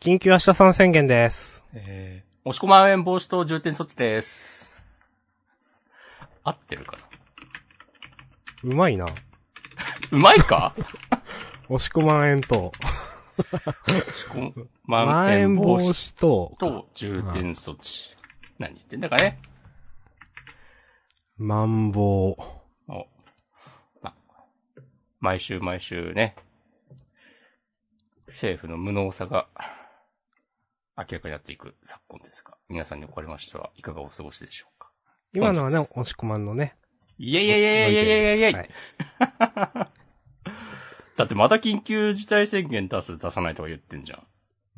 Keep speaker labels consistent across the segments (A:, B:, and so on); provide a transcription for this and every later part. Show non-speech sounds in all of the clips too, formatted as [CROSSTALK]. A: 緊急明日さん宣言です。
B: えー、押し込まん延防止等重点措置です。合ってるかな
A: うまいな。
B: うまいか
A: 押し込まん円と、
B: 押し込
A: ま
B: ま
A: ん
B: ん
A: 延
B: 延
A: 防
B: 防止
A: 止と、
B: 等重点措置。何言ってんだかね
A: まん防。
B: おま毎週毎週ね、政府の無能さが明らかになっていく昨今ですが、皆さんにおかれましてはいかがお過ごしでしょうか
A: 今のはね、押し込まんのね。
B: いやい
A: い
B: やいやいやいやいやいや、
A: はい。
B: だってまた緊急事態宣言出す出さないとか言ってんじゃ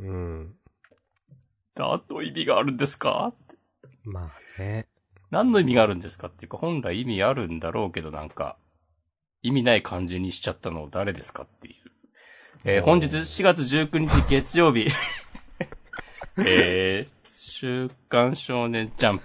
B: ん。
A: うん。
B: あと意味があるんですかって
A: まあね。
B: 何の意味があるんですかっていうか、本来意味あるんだろうけどなんか、意味ない感じにしちゃったの誰ですかっていう。えー
A: おー
B: 本日4月19日月曜日、 [LAUGHS] えー、週刊少年ジャンプ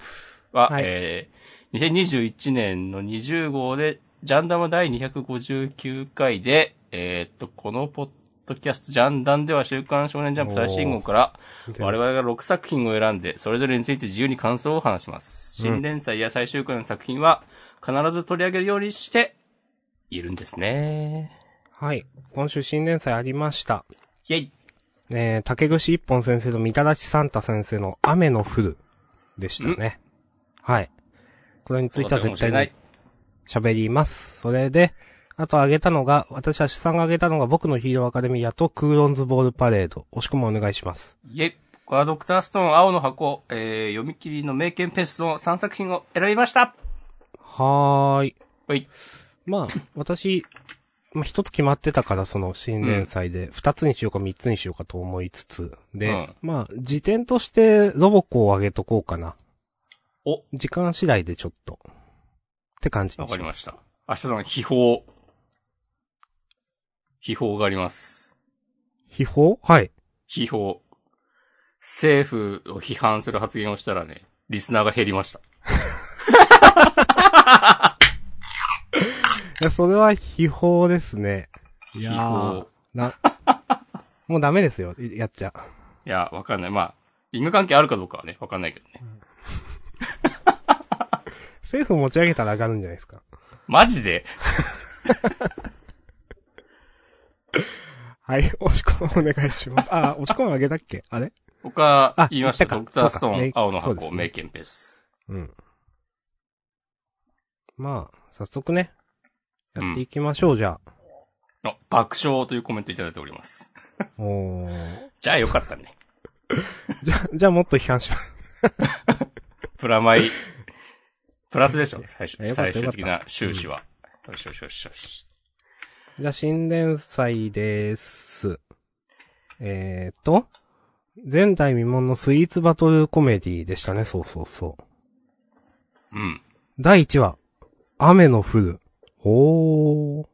B: は、
A: はい
B: えー、2021年の20号で、ジャンダム第259回で、えーっと、このポッドキャスト、ジャンダンでは週刊少年ジャンプ最新号から、我々が6作品を選んで、それぞれについて自由に感想を話します。
A: うん
B: 新連載や最終回の作品は、必ず取り上げるようにして、いるんですね。
A: はい。今週新年祭ありました。
B: イェイ
A: えー、竹串一本先生とみたらしサンタ先生の雨の降るでしたね。はい。これについては絶対に喋ります。それで、あとあげたのが、私は資産があげたのが僕のヒーローアカデミアとクーロンズボールパレード。押し込むお願いします。
B: イェイ僕はドクターストーン青の箱、えー、読み切りの名犬ペースの3作品を選びました
A: はーい。
B: はい。
A: まあ、私、まあ、一つ決まってたから、その新連載で、二つにしようか三つにしようかと思いつつ、で、
B: うん
A: まあ、時点としてロボコを上げとこうかな。
B: お、
A: 時間次第でちょっと。って感じに。
B: わかりましたた。明日さん、秘宝。秘宝があります。
A: 秘宝はい。
B: 秘宝。政府を批判する発言をしたらね、リスナーが減りました。
A: いやそれは秘宝ですね。いやー
B: 秘宝。
A: な、 [LAUGHS] もうダメですよ、いやっちゃ。
B: いや、わかんない。まあ、因果関係あるかどうかはね、わかんないけどね。
A: 政府持ち上げたら上がるんじゃないですか。
B: マジで
A: はい、押し込むお願いします。あ、押し込むあげたっけあれ
B: 僕は
A: あ
B: 言いました。
A: 言
B: ド
A: っ
B: ク
A: たか
B: タースト
A: そうか
B: ー
A: メ
B: ン
A: イ、
B: 青の
A: そうです
B: 箱、
A: ね
B: 名犬ペース。
A: うん。まあ、早速ね、やっていきましょう、じゃあ。
B: の、爆笑というコメントいただいております。
A: おー
B: じゃあよかったね。
A: じゃ、じゃあもっと批判します。
B: プラマイ、プラスでしょ、最終
A: よかった
B: 最終
A: よ
B: 的
A: かっ
B: な収支は。よしよしよしよし。
A: じゃあ、新連載です。えーと、前代未聞のスイーツバトルコメディでしたね、そうそうそう。
B: うん。
A: 第1話、雨の降る。おー。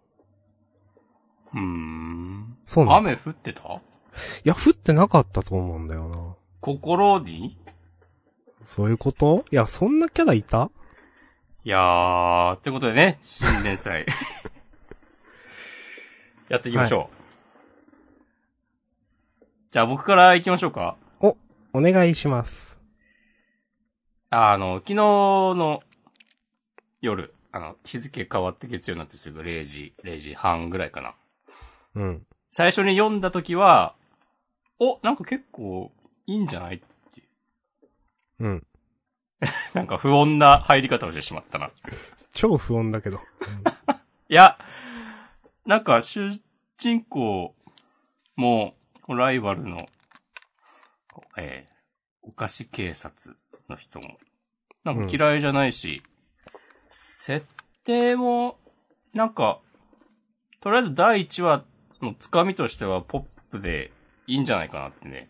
B: うーん。
A: そうなんだ。
B: 雨降ってた
A: いや、降ってなかったと思うんだよな。
B: 心に
A: そういうこといや、そんなキャラいた
B: いやー、ってことでね、新連載。 [LAUGHS] やっていきましょう。じゃあ僕から行きましょうか。
A: お、お願いします。
B: あの、昨日の夜、あの、日付変わって月曜になってすぐ0時、0時半ぐらいかな。
A: うん。
B: 最初に読んだ時は、お、なんか結構いいんじゃない [LAUGHS] っていう。
A: うん。
B: なんか不穏な入り方をしてしまったな。
A: 超不穏だけど。
B: いや、なんか主人公も、ライバルの、えーお菓子警察の人も、なんか嫌いじゃないし、設定も、なんか、とりあえず第1話のつかみとしてはポップでいいんじゃないかなってね、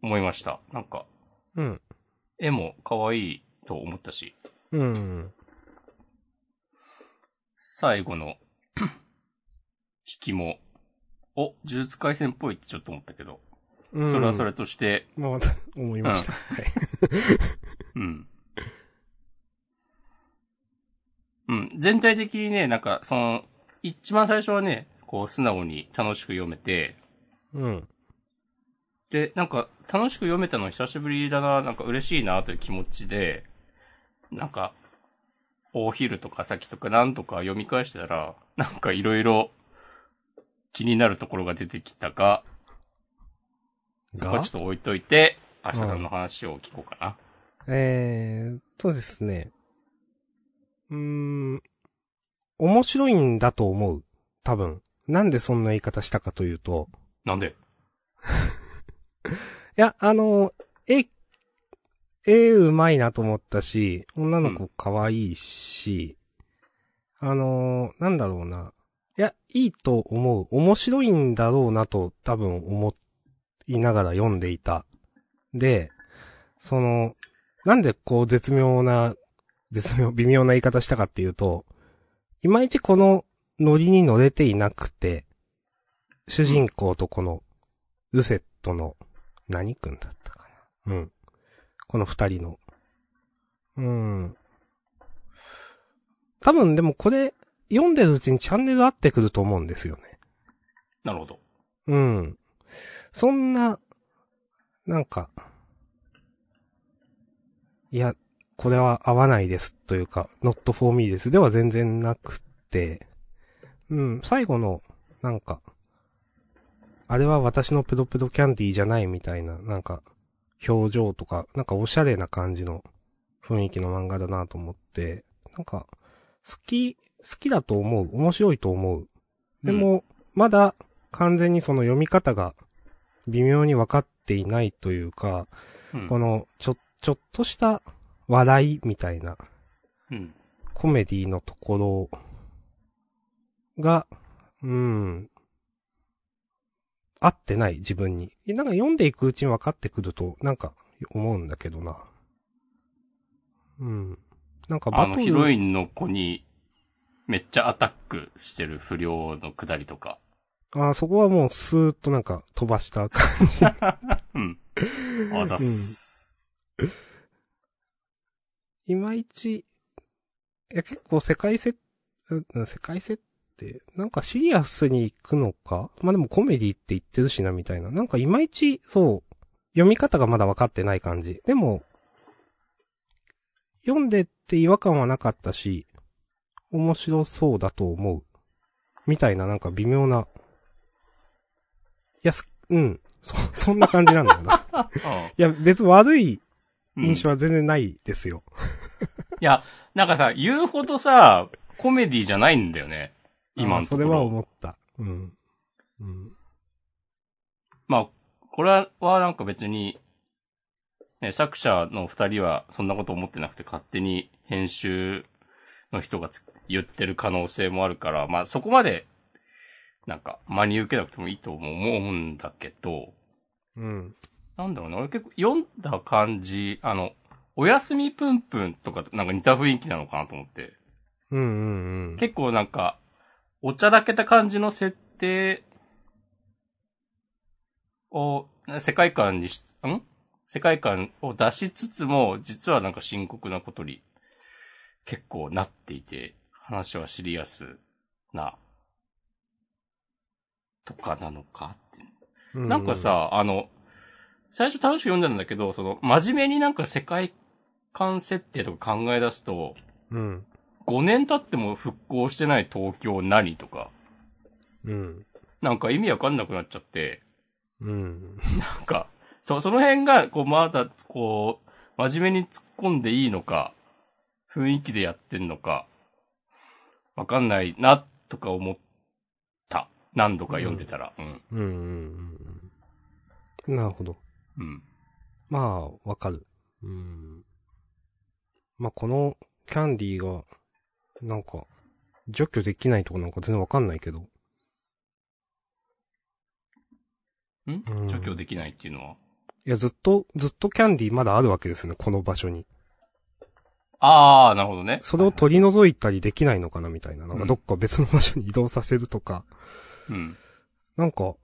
B: 思いました。なんか、
A: うん。
B: 絵も可愛いと思ったし、
A: うん。
B: 最後の、引きも、お、呪術回戦っぽいってちょっと思ったけど、
A: うん、
B: それはそ。れとして、
A: まあ、思いました。はい。
B: うん。うん、全体的にね、なんか、その、一番最初はね、こう、素直に楽しく読めて、
A: うん。
B: で、なんか、楽しく読めたの久しぶりだな、なんか嬉しいなという気持ちで、なんか、大昼とか先とかなんとか読み返したら、なんかいろいろ気になるところが出てきたが、そこは
A: が
B: ちょっと置いといて、明日さんの話を聞こうかな。
A: えーっとですね。うーん。面白いんだと思う。多分。なんでそんな言い方したかというと。
B: なんで
A: いや、あの、絵、絵うまいなと思ったし、女の子可愛いし、あの、なんだろうな。いや、いいと思う。面白いんだろうなと多分思いながら読んでいた。で、その、なんでこう絶妙な、絶妙、微妙な言い方したかっていうと、いまいちこのノリに乗れていなくて、主人公とこの、ルセットの、何君だったかな。うん。この二人の。うん。多分でもこれ、読んでるうちにチャンネル合ってくると思うんですよね。
B: なるほど。
A: うん。そんな、なんか、いや、これは合わないですというか、not for me ですでは全然なくて、うん、最後の、なんか、あれは私のプロプロキャンディーじゃないみたいな、なんか、表情とか、なんかおしゃれな感じの雰囲気の漫画だなと思って、なんか、好き、好きだと思う。面白いと思う。でも、まだ完全にその読み方が微妙に分かっていないというか、
B: うん
A: このちょ、ちょっとした笑いみたいな
B: うん。
A: コメディのところが、うん、合ってない自分に。なんか読んでいくうちに分かってくると、なんか思うんだけどな。うん。なんかバ
B: あの、
A: トル。
B: ヒロインの子に、めっちゃアタックしてる不良のくだりとか。
A: あーそこはもうスーッとなんか飛ばした感じ。 [LAUGHS]
B: うん。あざっす。
A: いまいち、いや結構世界設、うん世界設定、なんかシリアスに行くのかまあ、でもコメディって言ってるしなみたいな。なんかいまいち、そう、読み方がまだ分かってない感じ。でも、読んでって違和感はなかったし、面白そうだと思う。みたいななんか微妙な。いや、す、うん。そ、そんな感じなんだよな。 [LAUGHS]
B: あ
A: いや、別に悪い
B: うん
A: 印象は全然ないですよ。
B: いや、なんかさ、言うほどさ、コメディじゃないんだよね。今のところ。
A: あーそれは思った。うん。うん。
B: まあ、これはなんか別に、ね、作者の二人はそんなこと思ってなくて勝手に編集の人がつ言ってる可能性もあるから、まあそこまで、なんか真に受けなくてもいいとも思うんだけど、
A: うん。
B: なんだろうね、俺結構読んだ感じ、あの、おやすみぷんぷんとかとなんか似た雰囲気なのかなと思って。
A: うんうんうん。
B: 結構なんか、おちゃらけた感じの設定を、世界観にし、ん世界観を出しつつも、実はなんか深刻なことに結構なっていて、話はシリアスな、とかなのかって。
A: うう
B: なんか、さ、あの、最初楽しく読んだんだけど、その、真面目になんか世界観設定とか考え出すと、
A: うん。
B: 5年経っても復興してない東京何とか、
A: うん。
B: なんか意味わかんなくなっちゃって、
A: うん。
B: なんか、そ、その辺が、こう、まだ、こう、真面目に突っ込んでいいのか、雰囲気でやってんのか、わかんないな、とか思った。何度か読んでたら。うん。
A: うん。うん。うん。なるほど。
B: うん。
A: まあ、わかる。うん。まあ、このキャンディーが、なんか、除去できないとこなんか全然わかんないけど。
B: ん
A: うん
B: 除去できないっていうのはい
A: や、ずっと、ずっとキャンディーまだあるわけですね、この場所に。
B: あー、なるほどね。
A: それを取り除いたりできないのかな、みたいな。なんか、どっか別の場所に移動させるとか。
B: うん。
A: なんか、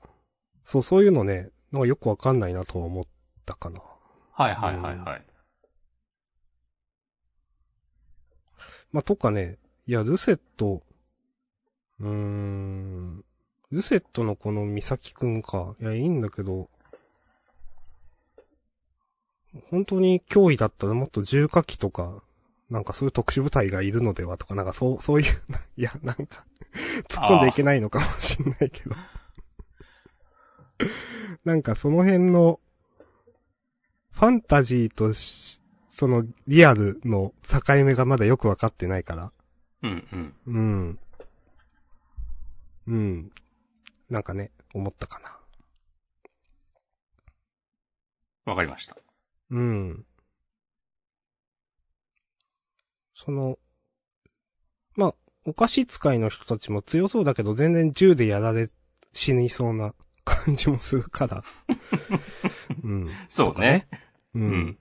A: そう、そういうのね、なんかよくわかんないなとは思ったかな。
B: はいはいはいはい。
A: まあ、とかね、いや、ルセット、うーん、ルセットのこのミサキくんか。いや、いいんだけど、本当に脅威だったらもっと重火器とか、なんかそういう特殊部隊がいるのではとか、なんかそう、そう [LAUGHS] いう、いや、なんか突っ込んでいけないのかもしんないけど [LAUGHS] なんかその辺の、ファンタジーとし、そのリアルの境目がまだよくわかってないから。
B: うんうん。
A: うん。うん。なんかね、思ったかな。
B: わかりました。
A: うん。その、まあ、お菓子使いの人たちも強そうだけど、全然銃でやられ、死にそうな感じもする
B: [LAUGHS]
A: から。うん。
B: そうね。
A: う
B: うんん。。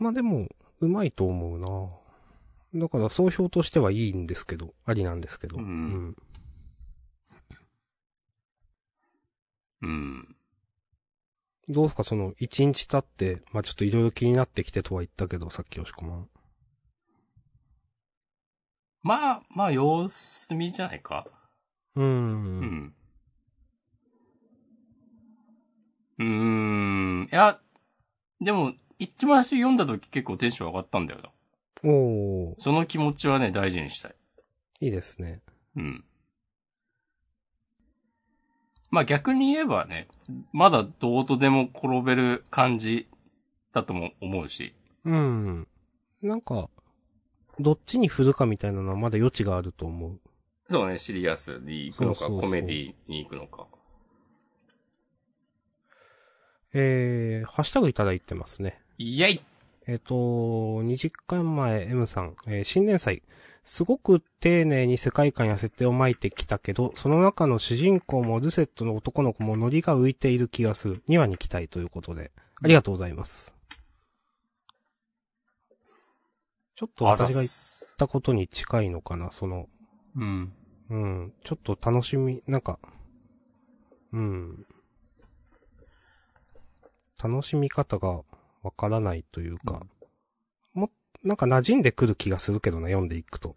A: まあでも、うまいと思うな。だから、総評としてはいいんですけど、ありなんですけど。
B: うんうん。
A: どうですか、その、一日経って、まあちょっといろいろ気になってきてとは言ったけど、さっき押し込まん。
B: まあ、まあ、様子見じゃないか。
A: うー。
B: うんん。うーん。いや、でも、一番最初読んだ時結構テンション上がったんだよな。
A: おー、
B: その気持ちはね、大事にしたい。
A: いいですね。
B: うん。まあ逆に言えばね、まだどうとでも転べる感じだとも思うし。
A: うん。なんか、どっちに振るかみたいなのはまだ余地があると思う。
B: そうね、シリアスに行くのか、
A: そうそうそう
B: コメディに行くのか。
A: えー、ハッシュタグいただいてますね。
B: イェイ
A: えっ、と、2時間前 M さん、えー新年祭。すごく丁寧に世界観や設定を巻いてきたけど、その中の主人公もルセットの男の子もノリが浮いている気がする。2話に期待ということで。ありがとうございます。ちょっと私が言っ
B: す。
A: たことに近いのかな、その、
B: うん。
A: うん。ちょっと楽しみ、なんか、うん。楽しみ方がわからないというか、も、なんか馴染んでくる気がするけどな、読んでいくと。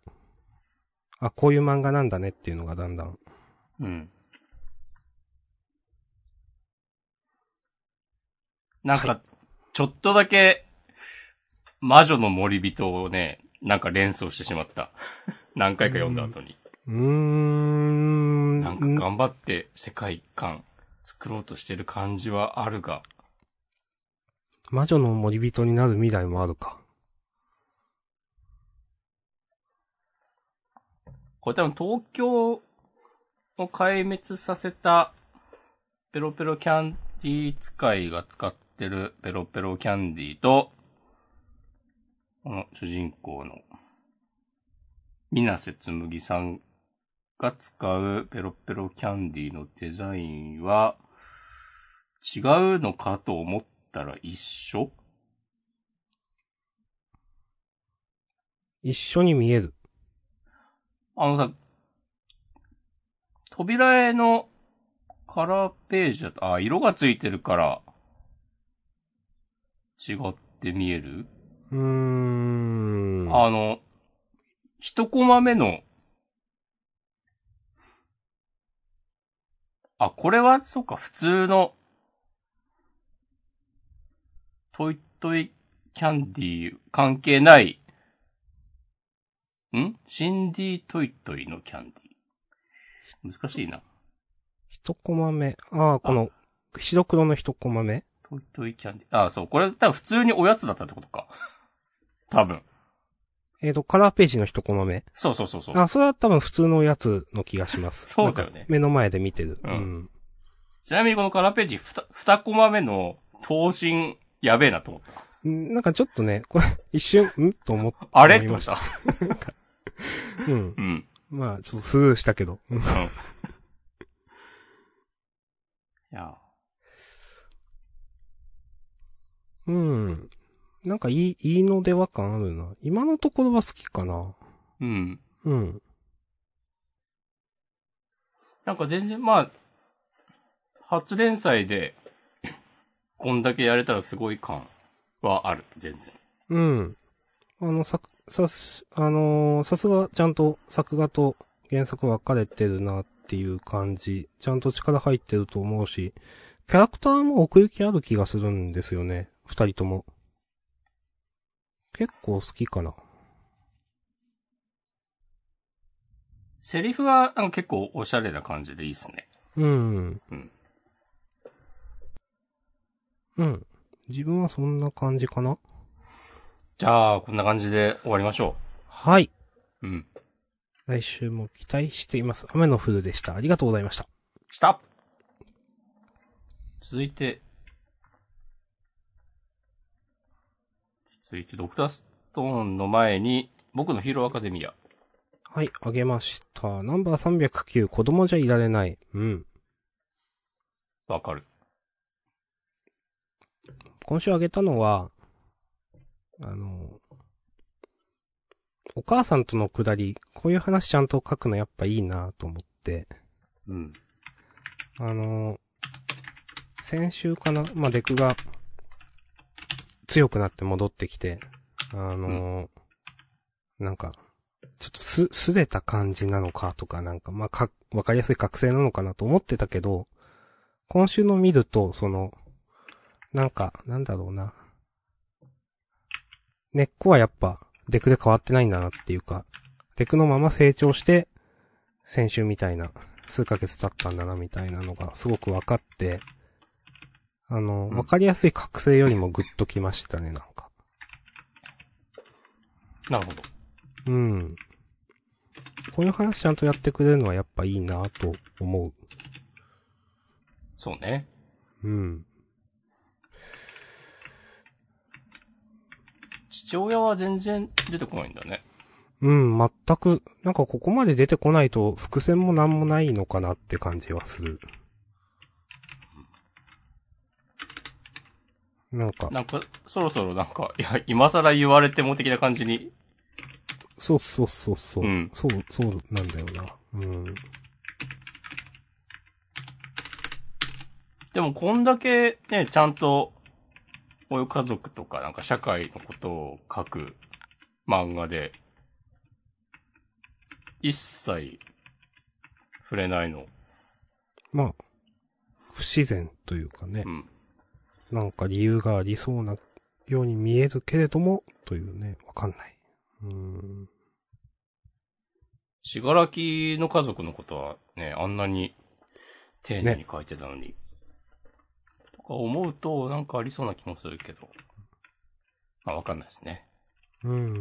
A: あ、こういう漫画なんだねっていうのがだんだん。
B: うん。なん
A: は
B: か、ちょっとだけ、魔女の森人をね、なんか連想してしまった。 [LAUGHS] 何回か読んだ後に。
A: うーん。
B: なんか頑張って世界観作ろうとしてる感じはあるが、
A: 魔女の森人になる未来もあるか。
B: これ多分東京を壊滅させたペロペロキャンディー使いが使ってるペロペロキャンディーと、この主人公の、ミナセつむぎさんが使うペロペロキャンディーのデザインは、違うのかと思ったら一緒
A: 一緒に見える。
B: あのさ、扉絵のカラーページだと、あ、色がついてるから、違って見える、
A: うーん。
B: あの、一コマ目の、あ、これは、そうか、普通の、トイトイキャンディー関係ない、んシンディートイトイのキャンディー。難しいな。
A: 一コマ目。ああ、この、白黒の一コマ目
B: トイトイキャンディー。あ、そう、これ多分普通におやつだったってことか。多分。
A: えっ、と、カラーページの一コマ目。
B: そうそうそうそう。
A: あ、それは多分普通のやつの気がします。
B: [LAUGHS] そうだよ
A: な
B: ね
A: んか目の前で見てる。う。
B: うんんちなみにこのカラーページふた、二コマ目の、刀身、やべえなと思った。
A: んなんかちょっとね、これ、一瞬、んと思って。
B: あれ
A: 思
B: と
A: い
B: 思
A: ま
B: っ
A: した。
B: た。
A: うん。
B: うん。
A: まあ、ちょっとスルーしたけど。うん
B: うん。いや、
A: うん。なんかいい、いいのでは感あるな。今のところは好きかな。
B: うん。
A: うん。
B: なんか全然、まあ、初連載で、こんだけやれたらすごい感はある、全然。
A: うん。あの、さ、さす、あのーさすがちゃんと作画と原作分かれてるなっていう感じ。ちゃんと力入ってると思うし、キャラクターも奥行きある気がするんですよね。二人とも。結構好きかな。
B: セリフは、なんか結構おしゃれな感じでいいっすね。
A: うん。
B: うん。
A: うん。自分はそんな感じかな。
B: じゃあ、こんな感じで終わりましょ
A: はい。
B: う。うん。
A: 来週も期待しています。雨の降るでした。ありがとうございました。
B: した続いて、続いて、ドクターストーンの前に、僕のヒーローアカデミア。
A: はい、あげました。ナンバー309、子供じゃいられない。うん。
B: わかる。
A: 今週あげたのは、あの、お母さんとのくだり、こういう話ちゃんと書くのやっぱいいなと思って、
B: うん。
A: あの、先週かなまあ、デクが、強くなって戻ってきて、あの、なんか、ちょっとす、すれた感じなのかとか、なんか、まあ、か、わかりやすい覚醒なのかなと思ってたけど、今週の見ると、その、なんか、なんだろうな。根っこはやっぱ、デクで変わってないんだなっていうか、デクのまま成長して、先週みたいな、数ヶ月経ったんだなみたいなのがすごく分かって、あの、
B: うん
A: 分かりやすい覚醒よりもグッときましたね、なんか。
B: なるほど。
A: うん。こういう話ちゃんとやってくれるのはやっぱいいなと思う。
B: そうね。
A: うん。
B: 父親は全然出てこないんだね。
A: うん、全く、なんかここまで出てこないと伏線もなんもないのかなって感じはする。なんか、
B: なんか、そろそろなんか、いや、今更言われても的な感じに。
A: そうそうそうそう。
B: うん
A: そう、そうなんだよな。うん。
B: でも、こんだけね、ちゃんと、こういう家族とか、なんか社会のことを書く漫画で、一切触れないの。
A: まあ、不自然というかね
B: う、ん。
A: なんか理由がありそうなように見えるけれども、というね、わかんない。うーん。
B: しがらきの家族のことはね、あんなに丁寧に書いてたのに。とか思うと、なんかありそうな気もするけど。まあ、わかんないですね。
A: うん。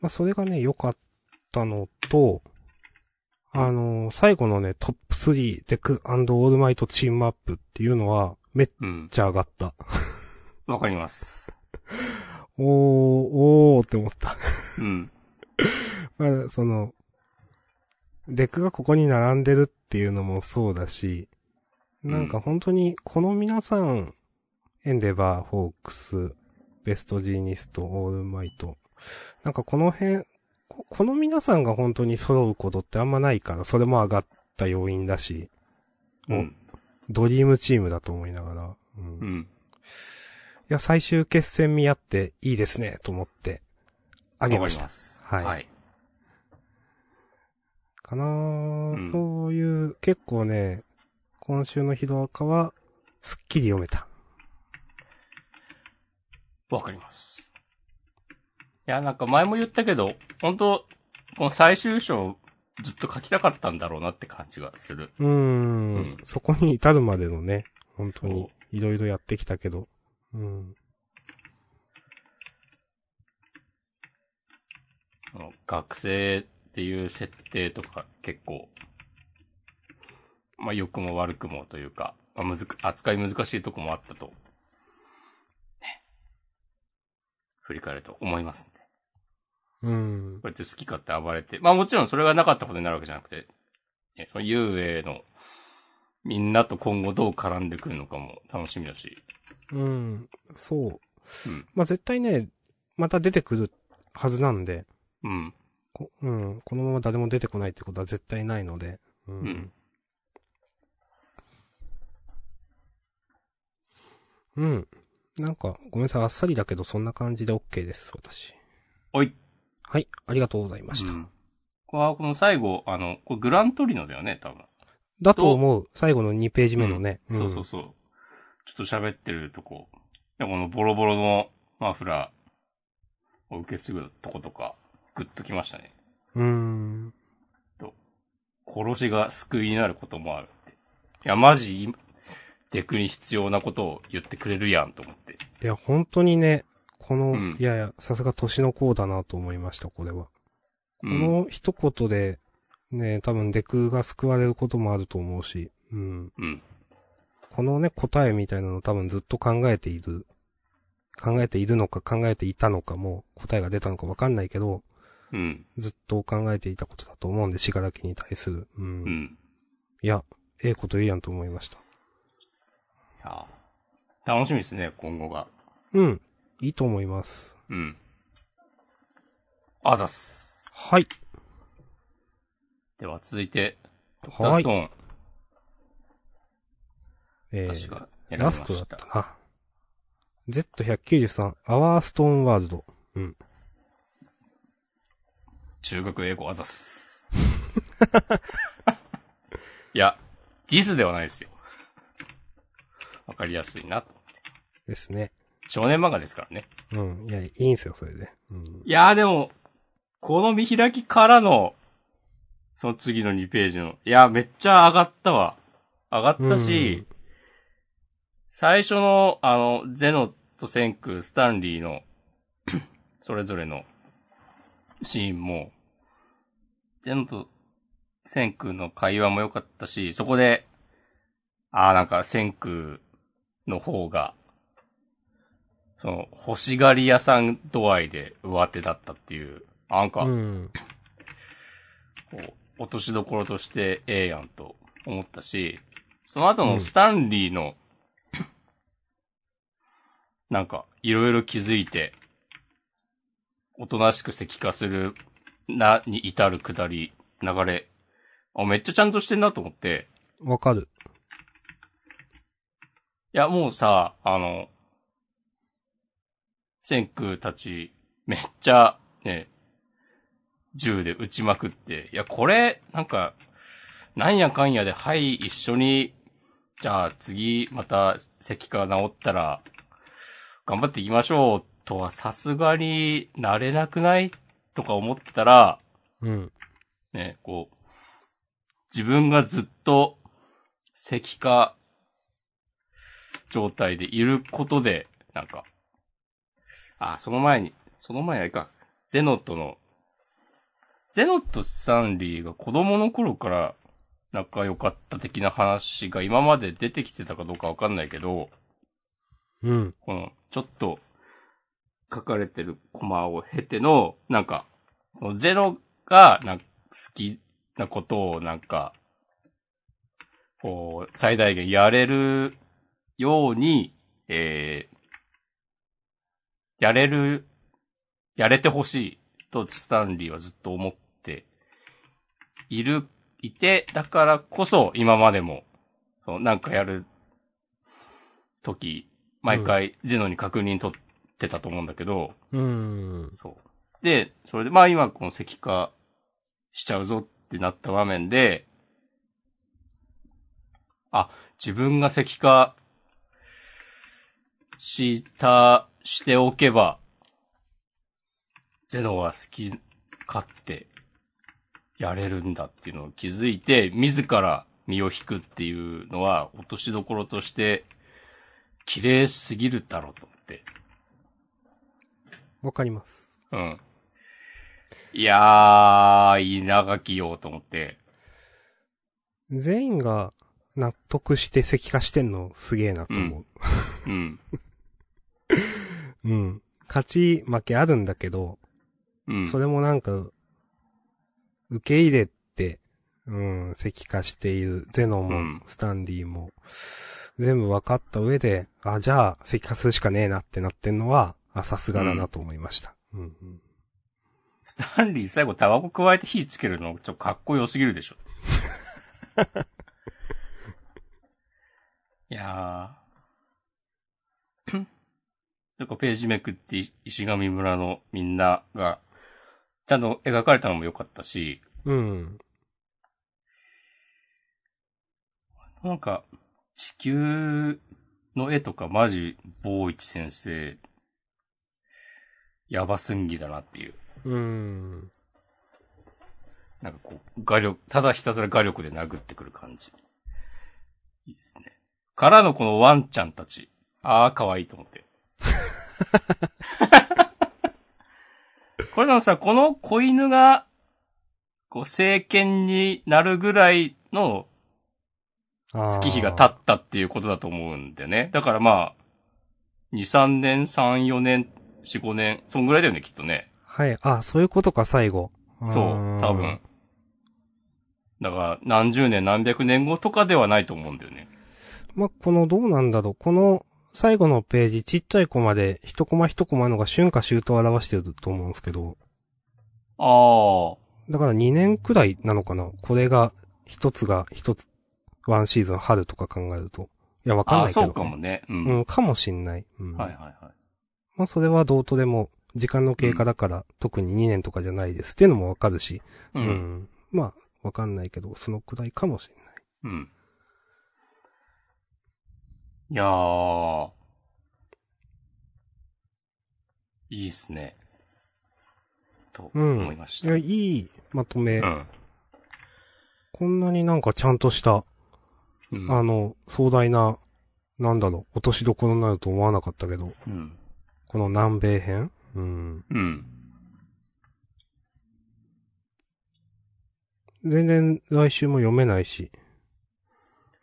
A: まあ、それがね、良かったのと、あのー最後のね、トップ3、デクオールマイトチームアップっていうのは、めっ
B: うん。
A: ちゃ上がった。
B: わかります。
A: おー、おーって思った。
B: うん。
A: まあ、その、デクがここに並んでるっていうのもそうだし、なんか本当にこの皆さん、エンデバー、ホークス、ベストジーニスト、オールマイト。なんかこの辺、ここの皆さんが本当に揃うことってあんまないから、それも上がった要因だし、お
B: うん。
A: ドリームチームだと思いながら、うん
B: う
A: い
B: ん。
A: や、最終決戦見合っていいですね、と思って、あ
B: わ
A: げ
B: か
A: ま
B: り
A: した
B: ま。す。
A: はい
B: はい。
A: かなぁ、
B: うん
A: そういう、結構ね、今週のヒロアカは、すっきり読めた。
B: わかります。いや、なんか前も言ったけど、本当この最終章、ずっと書きたかったんだろうなって感じがする。
A: うーん,、
B: うん
A: そこに至るまでのね、本当に
B: そ、
A: いろいろやってきたけど。うん。
B: あの学生っていう設定とか結構、まあ、良くも悪くもというか、まあ、むずか扱い難しいとこもあったと、ね、振り返ると思いますんで。
A: うん
B: こ。うやって好き勝手暴れて、まあもちろんそれがなかったことになるわけじゃなくて、ねその遊泳のみんなと今後どう絡んでくるのかも楽しみだし、
A: うん。そう。
B: うん
A: まあ、絶対ね、また出てくるはずなんで、
B: うん、
A: こうん。このまま誰も出てこないってことは絶対ないので。うん。
B: うん
A: うん。なんか、ごめんなさい、あっさりだけど、そんな感じで OK です、私。
B: おい、
A: はい、ありがとうございました。
B: うんここはこの最後、あの、これグラントリノだよね、多分。
A: だと思う。最後の2ページ目のね。
B: うんそうそうそう。ちょっと喋ってるとこ。いやこのボロボロのマフラーを受け継ぐとことか、グッときましたね。
A: うん。うん。
B: 殺しが救いになることもあるって。いや、マジ、デクに必要なことを言ってくれるやんと思って。
A: いや、本当にね、この、
B: うん
A: いやいや、さすが年の子だなと思いました、これは。
B: う
A: こ
B: ん。
A: の一言で、ね、多分デクが救われることもあると思うし、うん。
B: うん。
A: このね、答えみたいなの多分ずっと考えている。考えているのか考えていたのかも、答えが出たのかわかんないけど、
B: うん。
A: ずっと考えていたことだと思うんで、しがらきに対する。うん。
B: うん。
A: いや、ええこと言うやんと思いました。
B: いや楽しみですね、今後が。
A: うん。いいと思います。
B: うん。あざっす。
A: はい。
B: では続いて、ドクター
A: は
B: ス
A: い
B: ト。ーン、
A: え
B: 私が選びま
A: ラストだ
B: し。
A: ったたな。Z193、アワーストーンワールド。うん。
B: 中学英語あざっす。いや、ディスではないですよ。わかりやすいな。
A: ですね。
B: 少年漫画ですからね。
A: うん。いや、いいんすよ、それで。うん。
B: いやーでも、この見開きからの、その次の2ページの、いやーめっちゃ上がったわ。上がったし、最初の、あの、ゼノとセンク、スタンリーの、 [CLEARS THROAT] それぞれのシーンも、ゼノとセンクの会話も良かったし、そこで、ああ、なんかセンクの方が、その、欲しがり屋さん度合いで上手だったっていう、なんか、
A: うん。
B: こう、落としどころとしてええやんと思ったし、その後のスタンリーの、 [COUGHS] なんか、いろいろ気づいて、おとなしく石化する、な、に至るくだり、流れ、あ、めっちゃちゃんとしてんなと思って、
A: わかる。
B: いや、もうさ、あの、センクたち、めっちゃ、ね、銃で撃ちまくって、いや、これ、なんか、なんやかんやで、はい、一緒に、じゃあ次、また、咳が治ったら、頑張っていきましょう、とはさすがになれなくないとか思ったら、
A: うん。
B: ね、こう、自分がずっと、石化状態でいることで、なんか、あ、その前に、その前にあれか、ゼノとの、ゼノとサンリーが子供の頃から仲良かった的な話が今まで出てきてたかどうかわかんないけど、
A: うん。
B: この、ちょっと、書かれてるコマを経ての、なんか、そのゼロが、なんか、好きなことを、なんか、こう、最大限やれるように、えー、やれる、やれてほしいと、スタンリーはずっと思っている、いて、だからこそ、今までも、そのなんかやる時毎回、ゼノに確認取ってたと思うんだけど、
A: うん。
B: そう。で、それで、まあ今この石化しちゃうぞってなった場面で、あ、自分が石化した、しておけば、ゼノは好き勝手やれるんだっていうのを気づいて、自ら身を引くっていうのは落としどころとして、綺麗すぎるだろうと思って。
A: わかります。
B: うん。いやー、稲垣よと思って。
A: 全員が納得して石化してんのすげえなと思う。
B: うん。
A: うん。勝ち負けあるんだけど、
B: うん。
A: それもなんか、受け入れて、うん、石化している、ゼノも、
B: うん
A: スタンディも、全部分かった上で、あ、じゃあ、石化するしかねえなってなってんのは、あ、さすがだなと思いました。うん、うん。
B: スタンリー最後タバコ加えて火つけるの、ちょっとかっこよすぎるでしょ。いやー。 [CLEARS THROAT] なんかページめくって石神村のみんなが、ちゃんと描かれたのも良かったし、
A: うん。
B: なんか、地球の絵とかマジ、坊一先生、やばすんぎだなっていう。
A: うーん。
B: なんかこう、画力、ただひたすら画力で殴ってくる感じ。いいですね。からのこのワンちゃんたち。ああ、可愛いと思って。 [LAUGHS] これでもさ、この子犬が、こう、政権になるぐらいの月日が経
A: っ
B: ったっていうことだと思うんだよね。だからまあ、2、3年、3、4年、4、5年、そんぐらいだよね、きっとね。
A: はい。あ、そういうことか、最後。
B: そう
A: ーん、
B: 多分。。だから、何十年、何百年後とかではないと思うんだよね。
A: まあ、この、どうなんだろう。この、最後のページ、ちっちゃいコマで、一コマ一コマのが春夏秋冬を表してると思うんですけど、
B: あ
A: だから2年くらいなのかなこれが、一つが、一つ、ワンシーズン春とか考えると。いや、わ
B: あ、
A: かん
B: あ
A: な
B: あ、
A: いけど、
B: そうかも。ね。うん。
A: うん、かもしんない。うん。
B: はいはいはい。
A: まあ、それはどうとでも、時間の経過だから、特に2年とかじゃないですっていうのもわかるし、
B: う。
A: うんん。まあ、わかんないけど、そのくらいかもしれない。
B: うん。いやー。いいっすね。と
A: うん
B: 思いまし
A: い
B: た。
A: や、いいまとめ。
B: うん。
A: こんなになんかちゃんとした、
B: うん
A: あの、壮大な、なんだろう、落としどころになると思わなかったけど、
B: うん。
A: この南米編うん。
B: うん。
A: 全然来週も読めないし。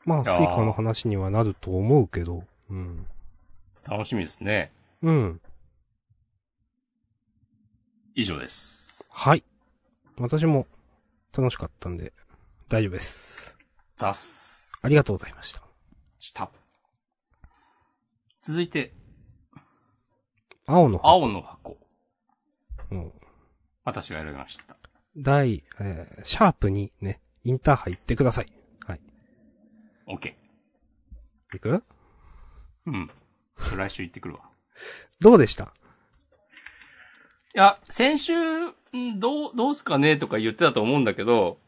A: まあ、スイ
B: やー
A: カの話にはなると思うけど、うん。
B: 楽しみですね。
A: うん。
B: 以上です。
A: はい。私も楽しかったんで、大丈夫です。
B: ザッス。
A: ありがとうございました。
B: した。続いて、
A: 青の方、
B: 青の箱。
A: うん、
B: 私が選びました。
A: 第、えーシャープにね、インターハイ行ってください。はい。
B: OK。
A: 行く
B: うん。来週行ってくるわ。
A: どうでした
B: いや、先週、んどう、どうすかねとか言ってたと思うんだけど、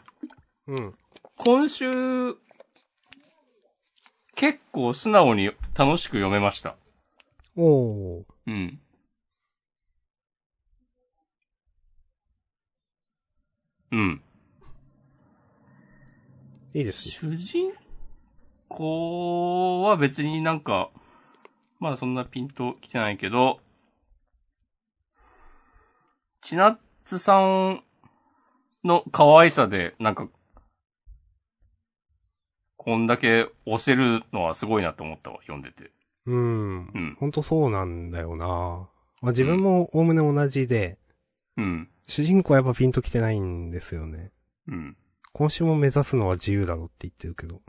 A: うん。
B: 今週、結構素直に楽しく読めました。
A: おー。
B: うん。うん。
A: いいですね。
B: 主人公は別になんか、まだそんなピンと来てないけど、ちなっつさんの可愛さで、なんか、こんだけ押せるのはすごいなと思ったわ、読んでて。
A: うん
B: う。ん。
A: ほんとそうなんだよなまあ、自分も概ね同じで、
B: うん。
A: 主人公はやっぱピンときてないんですよね。
B: うん。
A: 今週も目指すのは自由だろって言ってるけど。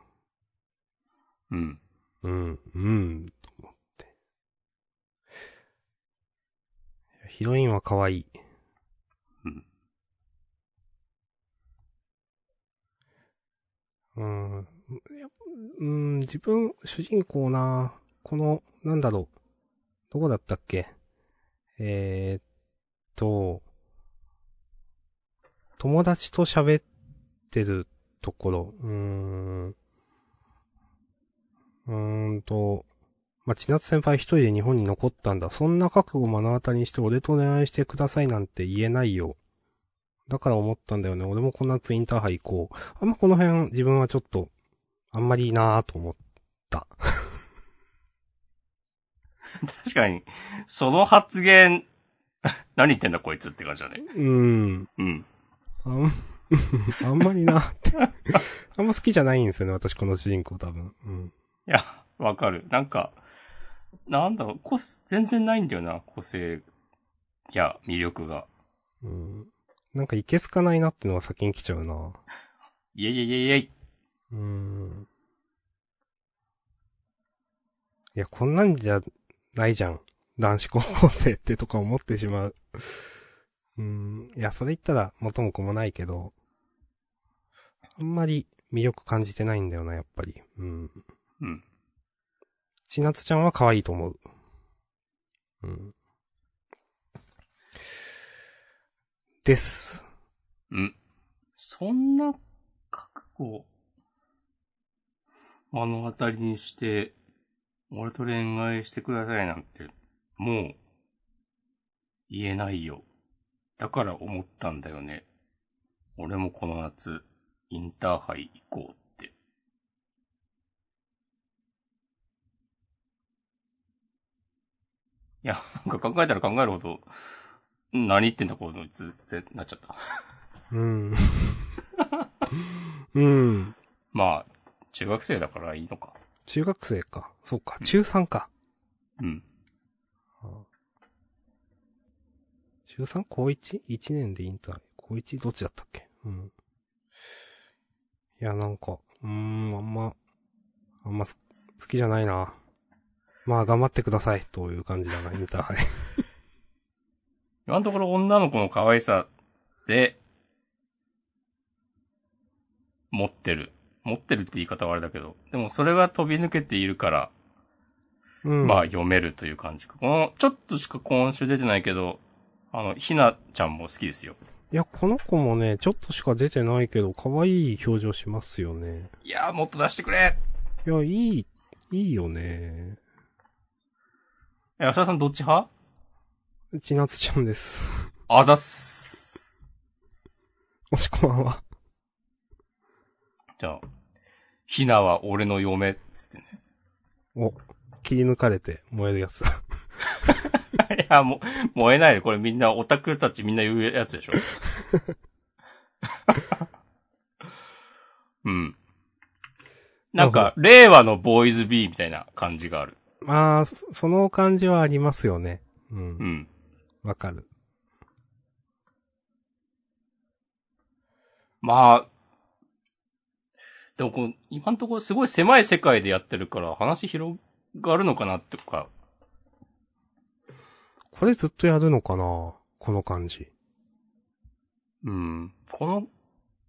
B: うん。
A: うん、うん、と思って。ヒロインは可愛い。
B: うん。
A: うん。やうん、自分、主人公な、この、なんだろう。どこだったっけえー、っと、友達と喋ってるところ、うーん。うーんと、まあ、千夏先輩一人で日本に残ったんだ。そんな覚悟を目の当たりにして俺と恋愛してくださいなんて言えないよ。だから思ったんだよね。俺もこの夏インターハイ行こう。あんまこの辺自分はちょっと、あんまりいいなぁと思った。
B: 確かに、その発言、 [LAUGHS] 何言ってんだこいつって感じだね。
A: うーん。
B: うん。
A: あん、あんまりなぁって。あんま好きじゃないんですよね、私この主人公多分。うん。
B: いや、わかる。なんか、なんだろう、個性、全然ないんだよな、個性や魅力が。
A: うん。なんかいけすかないなってのが先に来ちゃうなぁ。
B: いえいえいえいえい。
A: うーん。いや、こんなんじゃないじゃん。男子高校生ってとか思ってしまう。うーん。いや、それ言ったら元も子もないけど、あんまり魅力感じてないんだよな、やっぱり。うん。
B: うん。
A: ちなつちゃんは可愛いと思う。うん。です。
B: うん。そんな覚悟目の当たりにして、俺と恋愛してくださいなんて、もう、言えないよ。だから思ったんだよね。俺もこの夏、インターハイ行こうって。いや、なんか考えたら考えるほど、何言ってんだこいつってなっちゃった。
A: うん。 [LAUGHS] うん。
B: まあ、中学生だからいいのか。
A: 中学生か。そうか。中3か。
B: うん。
A: 中 3? 高 1?1 年でインターン。高 1? どっちだったっけうん。いや、なんか、うーん、あんま、あんま好好きじゃないな。まあ、頑張ってください、という感じだな、インターハイ。
B: 今のところ女の子の可愛さで、持ってる。持ってるって言い方はあれだけど、でもそれが飛び抜けているから、
A: うん。
B: [LAUGHS] まあ読めるという感じか。この、ちょっとしか今週出てないけど、あの、ひなちゃんも好きですよ。
A: いや、この子もね、ちょっとしか出てないけど、可愛い表情しますよね。
B: いやーもっと出してくれ
A: いや、いい、いいよね。
B: え、吉田さんどっち派
A: ちなつちゃんです。 [LAUGHS]
B: あざっす。
A: もしこんばんは。
B: じゃあ、ひなは俺の嫁、つってね。
A: お、切り抜かれて燃えるやつ。
B: いや、も、燃えないよ。これみんな、オタクたちみんな言うやつでしょ。うん。なん
A: な
B: か、令和のボーイズ B みたいな感じがある。
A: まあ、そその感じはありますよね。う。
B: うんん。
A: わかる。
B: まあ、でもこう、今んところすごい狭い世界でやってるから、話広がるのかなとか、
A: これずっとやるのかなこの感じ。
B: うん。この、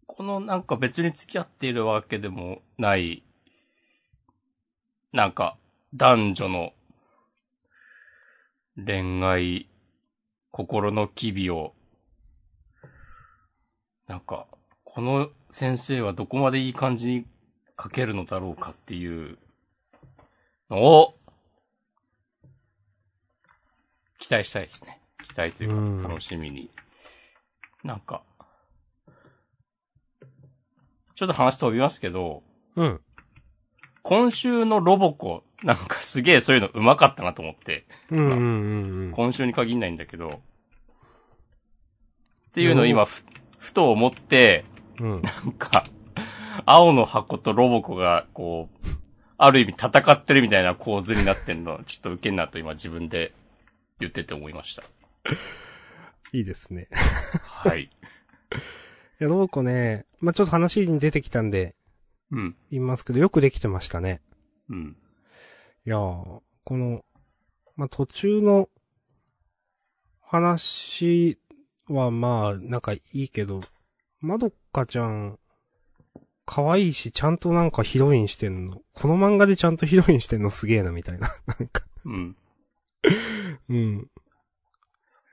B: このなんか別に付き合っているわけでもない、なんか男女の恋愛、心の機微を、なんか、この先生はどこまでいい感じに書けるのだろうかっていうのを、期待したいですね。期待といううんか、楽しみに。なんか、ちょっと話飛びますけど、
A: うん。
B: 今週のロボコ、なんかすげえそういうの上手かったなと思って、
A: うんうんうんうん。
B: 今週に限んないんだけど、っていうのを今ふ、ふと思って、
A: うん。
B: なんか、青の箱とロボコが、こう、ある意味戦ってるみたいな構図になってんの、ちょっとウケんなと今自分で言ってて思いました。
A: いいですね。
B: はい。
A: いや、ロボコね、まあちょっと話に出てきたんで、
B: うん。
A: 言いますけど、よくできてましたね。
B: うん。
A: いやー、この、まあ、途中の話はまあ、なんかいいけど、まどかちゃん、可愛いし、ちゃんとなんかヒロインしてんの。この漫画でちゃんとヒロインしてんのすげえな、み [LAUGHS] たいな。なんか、
B: うん。
A: うん。い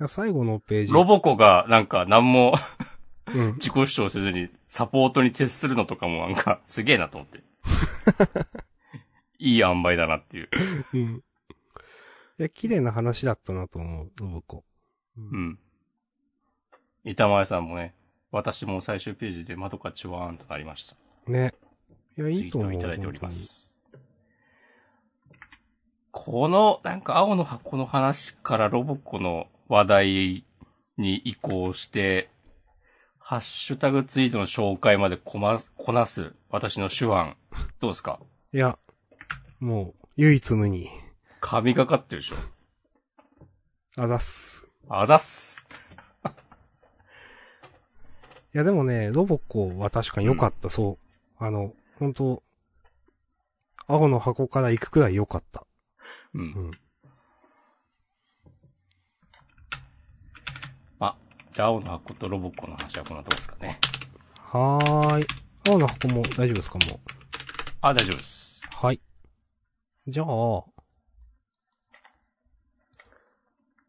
A: や、最後のページ。
B: ロボコが、なんか、何も
A: うん。
B: 自己主張せずに、サポートに徹するのとかも、なんか、すげえなと
A: [LAUGHS]
B: 思って。いい塩梅だなっていう。
A: うん。いや、綺麗な話だったなと思う、ロボコ。
B: うん。板前さんもね、私も最終ページで窓かチワーンとなりました。
A: ね。いや、
B: ツイ
A: いい
B: ー
A: と
B: ト
A: 思
B: を
A: う。
B: いただいております。この、なんか青の箱の話からロボコの話題に移行して、ハッシュタグツイートの紹介までこま、こなす私の手腕。どうですか
A: 本当に。いや、もう、唯一無二。
B: 神がかってるでしょ
A: あざっす。
B: あざっす。
A: いやでもね、ロボコは確かに良かった、そう。あの、本当青の箱から行くくらい良かった。
B: う。
A: うんん。
B: あ、じゃあ青の箱とロボコの話はこんなとこですかね。
A: はーい。青の箱も大丈夫ですかもう。
B: あ、大丈夫です。
A: はい。じゃあ、お、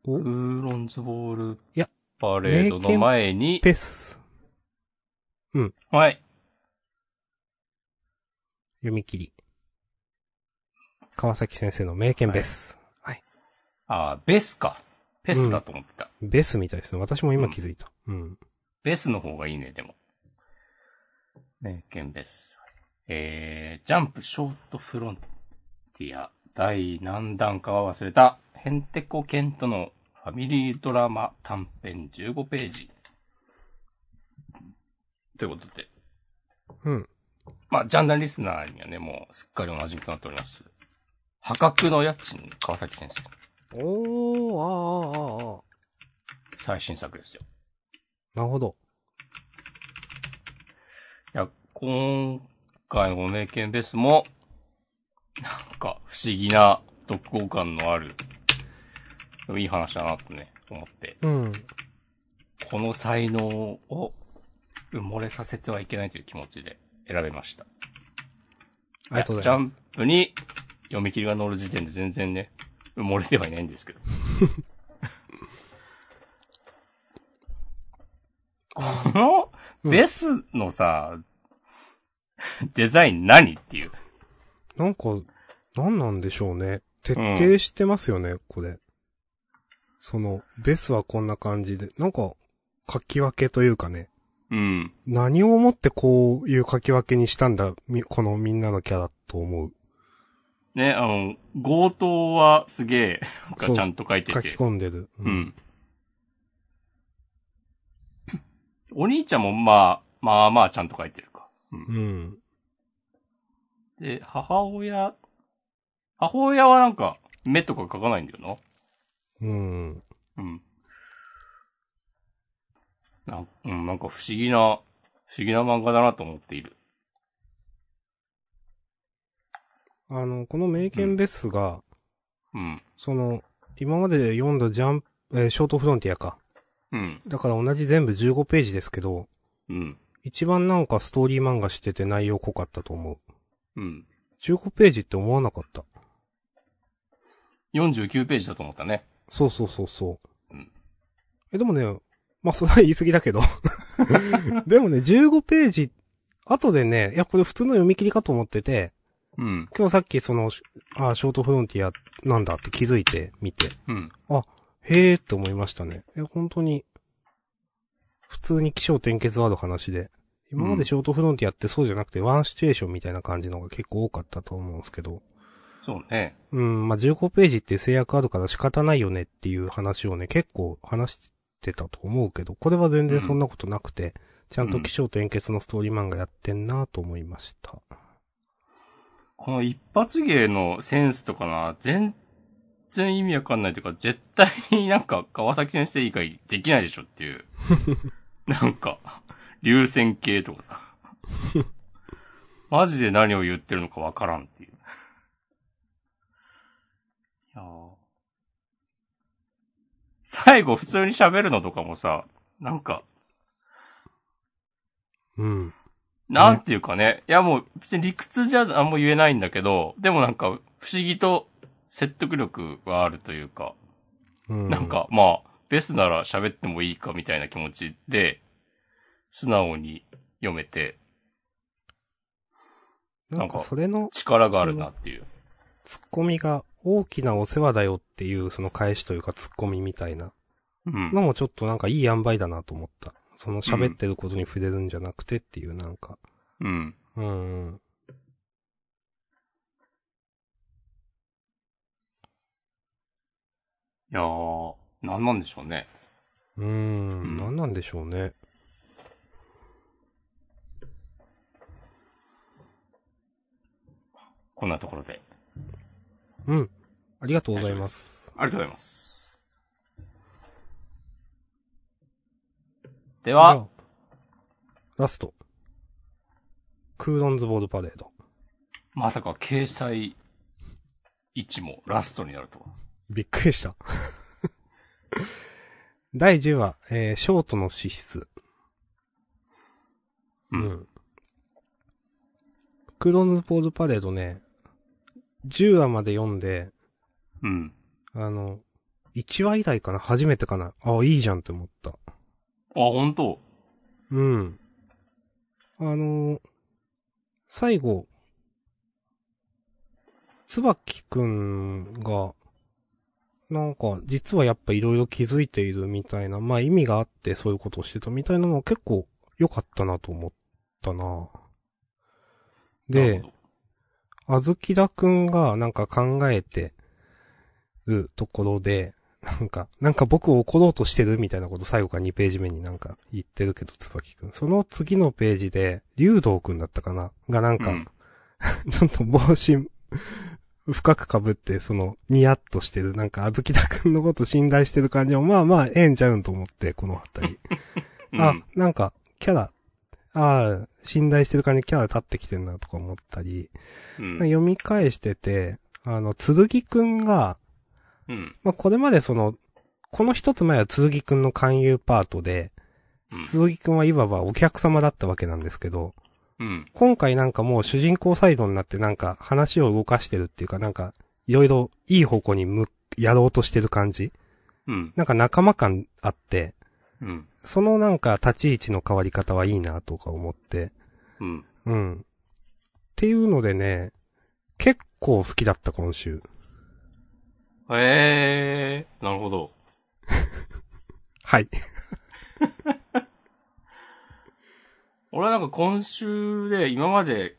B: ウーロンズボール
A: いや
B: パレードの前に、
A: ペス。
B: はい。
A: 読み切り。川崎先生の名犬ベス。はい。
B: ああ、ベスか。ペスだと思ってた。
A: ベスみたいですね。私も今気づいた。うん。
B: ベスの方がいいね、でも。名犬ベス。えー、ジャンプショートフロンティア。第何弾かは忘れた。ヘンテコケントのファミリードラマ短編15ページ。ということで。
A: うん。
B: まあ、ジャンダンリスナーにはね、もうすっかりお馴染みとなっております。破格の家賃、川崎先生。
A: おー、あーあーあーあ
B: 最新作ですよ。
A: ーなるほど。
B: いや、今回の名犬ベースも、なんか不思議な独語感のある、いい話だなとね、思って。
A: うん。
B: この才能を埋もれさせてはいけないという気持ちで選べました。
A: ありがとうございます。
B: ジャンプに読み切りが載る時点で全然ね、埋もれてはいない
A: [LAUGHS]
B: んですけど。この、ベスのさ、デザイン何っていう。
A: なんか、なんなんでしょうね。徹底してますよね、これ。その、ベスはこんな感じで、なんか、書き分けというかね、
B: うん。
A: 何をもってこういう書き分けにしたんだ、みこのみんなのキャラと思う。
B: ね、あの、強盗はすげえ、なんか
A: そう
B: ちゃんと書いて
A: 書
B: て
A: き。込んでる。
B: う。ん。お兄ちゃんもまあ、まあまあちゃんと書いてるか。うん
A: う。ん。
B: で、母親、母親はなんか、目とか描かないんだよ
A: うん。
B: な。うん。なんうん、なんか不思議な、不思議な漫画だなと思っている。
A: あの、この名犬ベスが、
B: うん。
A: その、今まで読んだジャンプ、えーショートフロンティアか。
B: うん。
A: だから同じ全部15ページですけど、
B: うん。
A: 一番なんかストーリー漫画してて内容濃かったと思う。
B: うん。
A: 15ページって思わなかった。
B: 49ページだと思ったね。
A: そうそうそうそう。
B: うん
A: え、でもね、まあ、それは言い過ぎだけど。でもね、15ページ、後でね、いや、これ普通の読み切りかと思ってて、
B: うん。
A: 今日さっきその、あ、ショートフロンティアなんだって気づいて、見て、
B: うん。
A: へーって思いましたね。え、本当に、普通に気象転結ある話で、今までショートフロンティアってそうじゃなくて、ワンシチュエーションみたいな感じのが結構多かったと思うんですけど、
B: そうね。
A: うん、まあ、15ページって制約あるから仕方ないよねっていう話をね、結構話してたと思うけど、これは全然そんなことなくて、ちゃんと気象転結のストーリー漫画やってんなと思いました。
B: この一発芸のセンスとかな、全然意味わかんないというか、絶対になんか川崎先生以外できないでしょっていう。なんか、流線形とかさ。 [LAUGHS] マジで何を言ってるのかわからんっていう。いやー最後普通に喋るのとかもさ、なんか、
A: うん。
B: なんていうかね。いやもう、別に理屈じゃあんま言えないんだけど、でもなんか、不思議と説得力があるというか、
A: うん。
B: なん。か、まあ、ベスなら喋ってもいいかみたいな気持ちで、素直に読めて、
A: なんかそれの
B: 力があるなっていう。
A: ツッコミが大きなお世話だよっていうその返しというかツッコミみたいな
B: うん。
A: のもちょっとなんかいい塩梅だなと思った。その喋ってることに触れるんじゃなくてっていうなんか。
B: うん。
A: うん。うん、
B: いやー、なんなんでしょうね。
A: うーん、何なんでしょうね。
B: こんなところで。
A: うん。ありがとうございます。
B: ありがとうございます。で
A: で
B: は、、
A: ラスト。クーロンズボールパレード。
B: まさか掲載位置もラストになるとは。
A: びっくりした。 [LAUGHS] 第10話、えー、ショートの資質。
B: うん
A: クローズポールパレードね、10話まで読んで、
B: うん。
A: あの、1話以来かな初めてかなあ、いいじゃんって思った。
B: あ、本当
A: うん。あのー最後、つばきくんが、なんか、実はやっぱいろいろ気づいているみたいな、まあ意味があってそういうことをしてたみたいなのは結構良かったなと思ったな。
B: なる
A: で
B: ほ、ど
A: あずきだくんがなんか考えてるところで、なんか、なんか僕を怒ろうとしてるみたいなこと最後から2ページ目になんか言ってるけど、つばきくん。その次のページで、竜道くんだったかながなんか、
B: うん
A: ちょっと帽子、深く被って、その、ニヤッとしてる、なんか、あずきだくんのこと信頼してる感じも、まあまあ、ええんちゃうんと思って、このあたり。
B: うん、
A: あ、なんか、キャラ、ああ、信頼してる感じ、キャラ立ってきてるな、とか思ったり、
B: うん。
A: 読み返してて、あの、つるぎくんが、
B: うん。
A: まあ、これまでその、この一つ前はつるぎくんの勧誘パートで、つるぎくんはいわばお客様だったわけなんですけど、
B: うん。
A: 今回なんかもう主人公サイドになってなんか話を動かしてるっていうかなんか、いろいろいい方向にむ、やろうとしてる感じ
B: うん。
A: なんか仲間感あって、
B: うん。
A: そのなんか立ち位置の変わり方はいいなとか思って、
B: うん。
A: うん。っていうのでね、結構好きだった今週。
B: ええー、なるほど。
A: はい。
B: 俺はなんか今週で、今まで、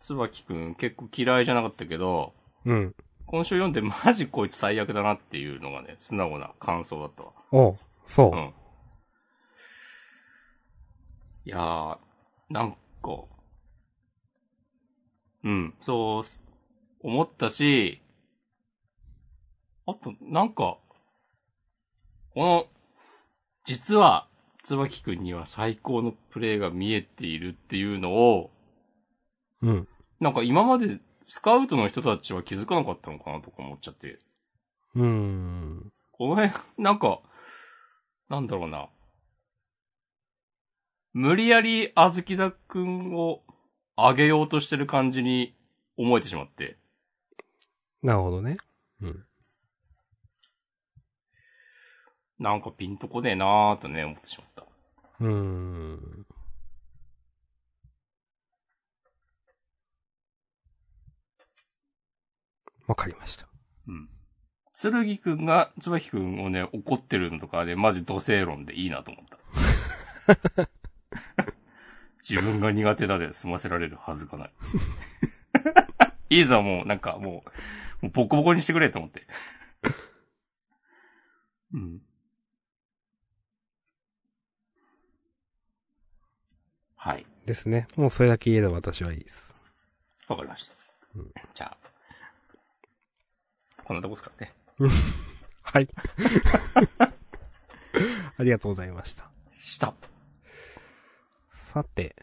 B: つばきくん結構嫌いじゃなかったけど、
A: うん。
B: 今週読んでマジこいつ最悪だなっていうのがね、素直な感想だったわ。
A: おうそう。
B: うん。いやー、なんか、うん、そうす、思ったし、あと、なんか、この、実は、つばきくんには最高のプレーが見えているっていうのを、
A: うん。
B: なんか今までスカウトの人たちは気づかなかったのかなとか思っちゃって。
A: うーん。
B: この辺、なんか、なんだろうな。無理やりあずきだくんを上げようとしてる感じに思えてしまって。
A: なるほどね。うん。
B: なんかピンとこねえなーとね、思ってしまった。
A: うーん。わかりました。
B: うん。つるぎくんが、つばきくんをね、怒ってるのとかで、マジ土星論でいいなと思った。 [LAUGHS] 自分が苦手だで済ませられるはずがない。いい [LAUGHS] ぞ、もう、なんか、もう、もうボコボコにしてくれと思って。 [LAUGHS] うん。はい。
A: ですね。もうそれだけ言えば私はいいです。
B: わかりました。じゃあ、こんなとこですかね。
A: はい。 [LAUGHS] ありがとうございました。
B: した。
A: さて、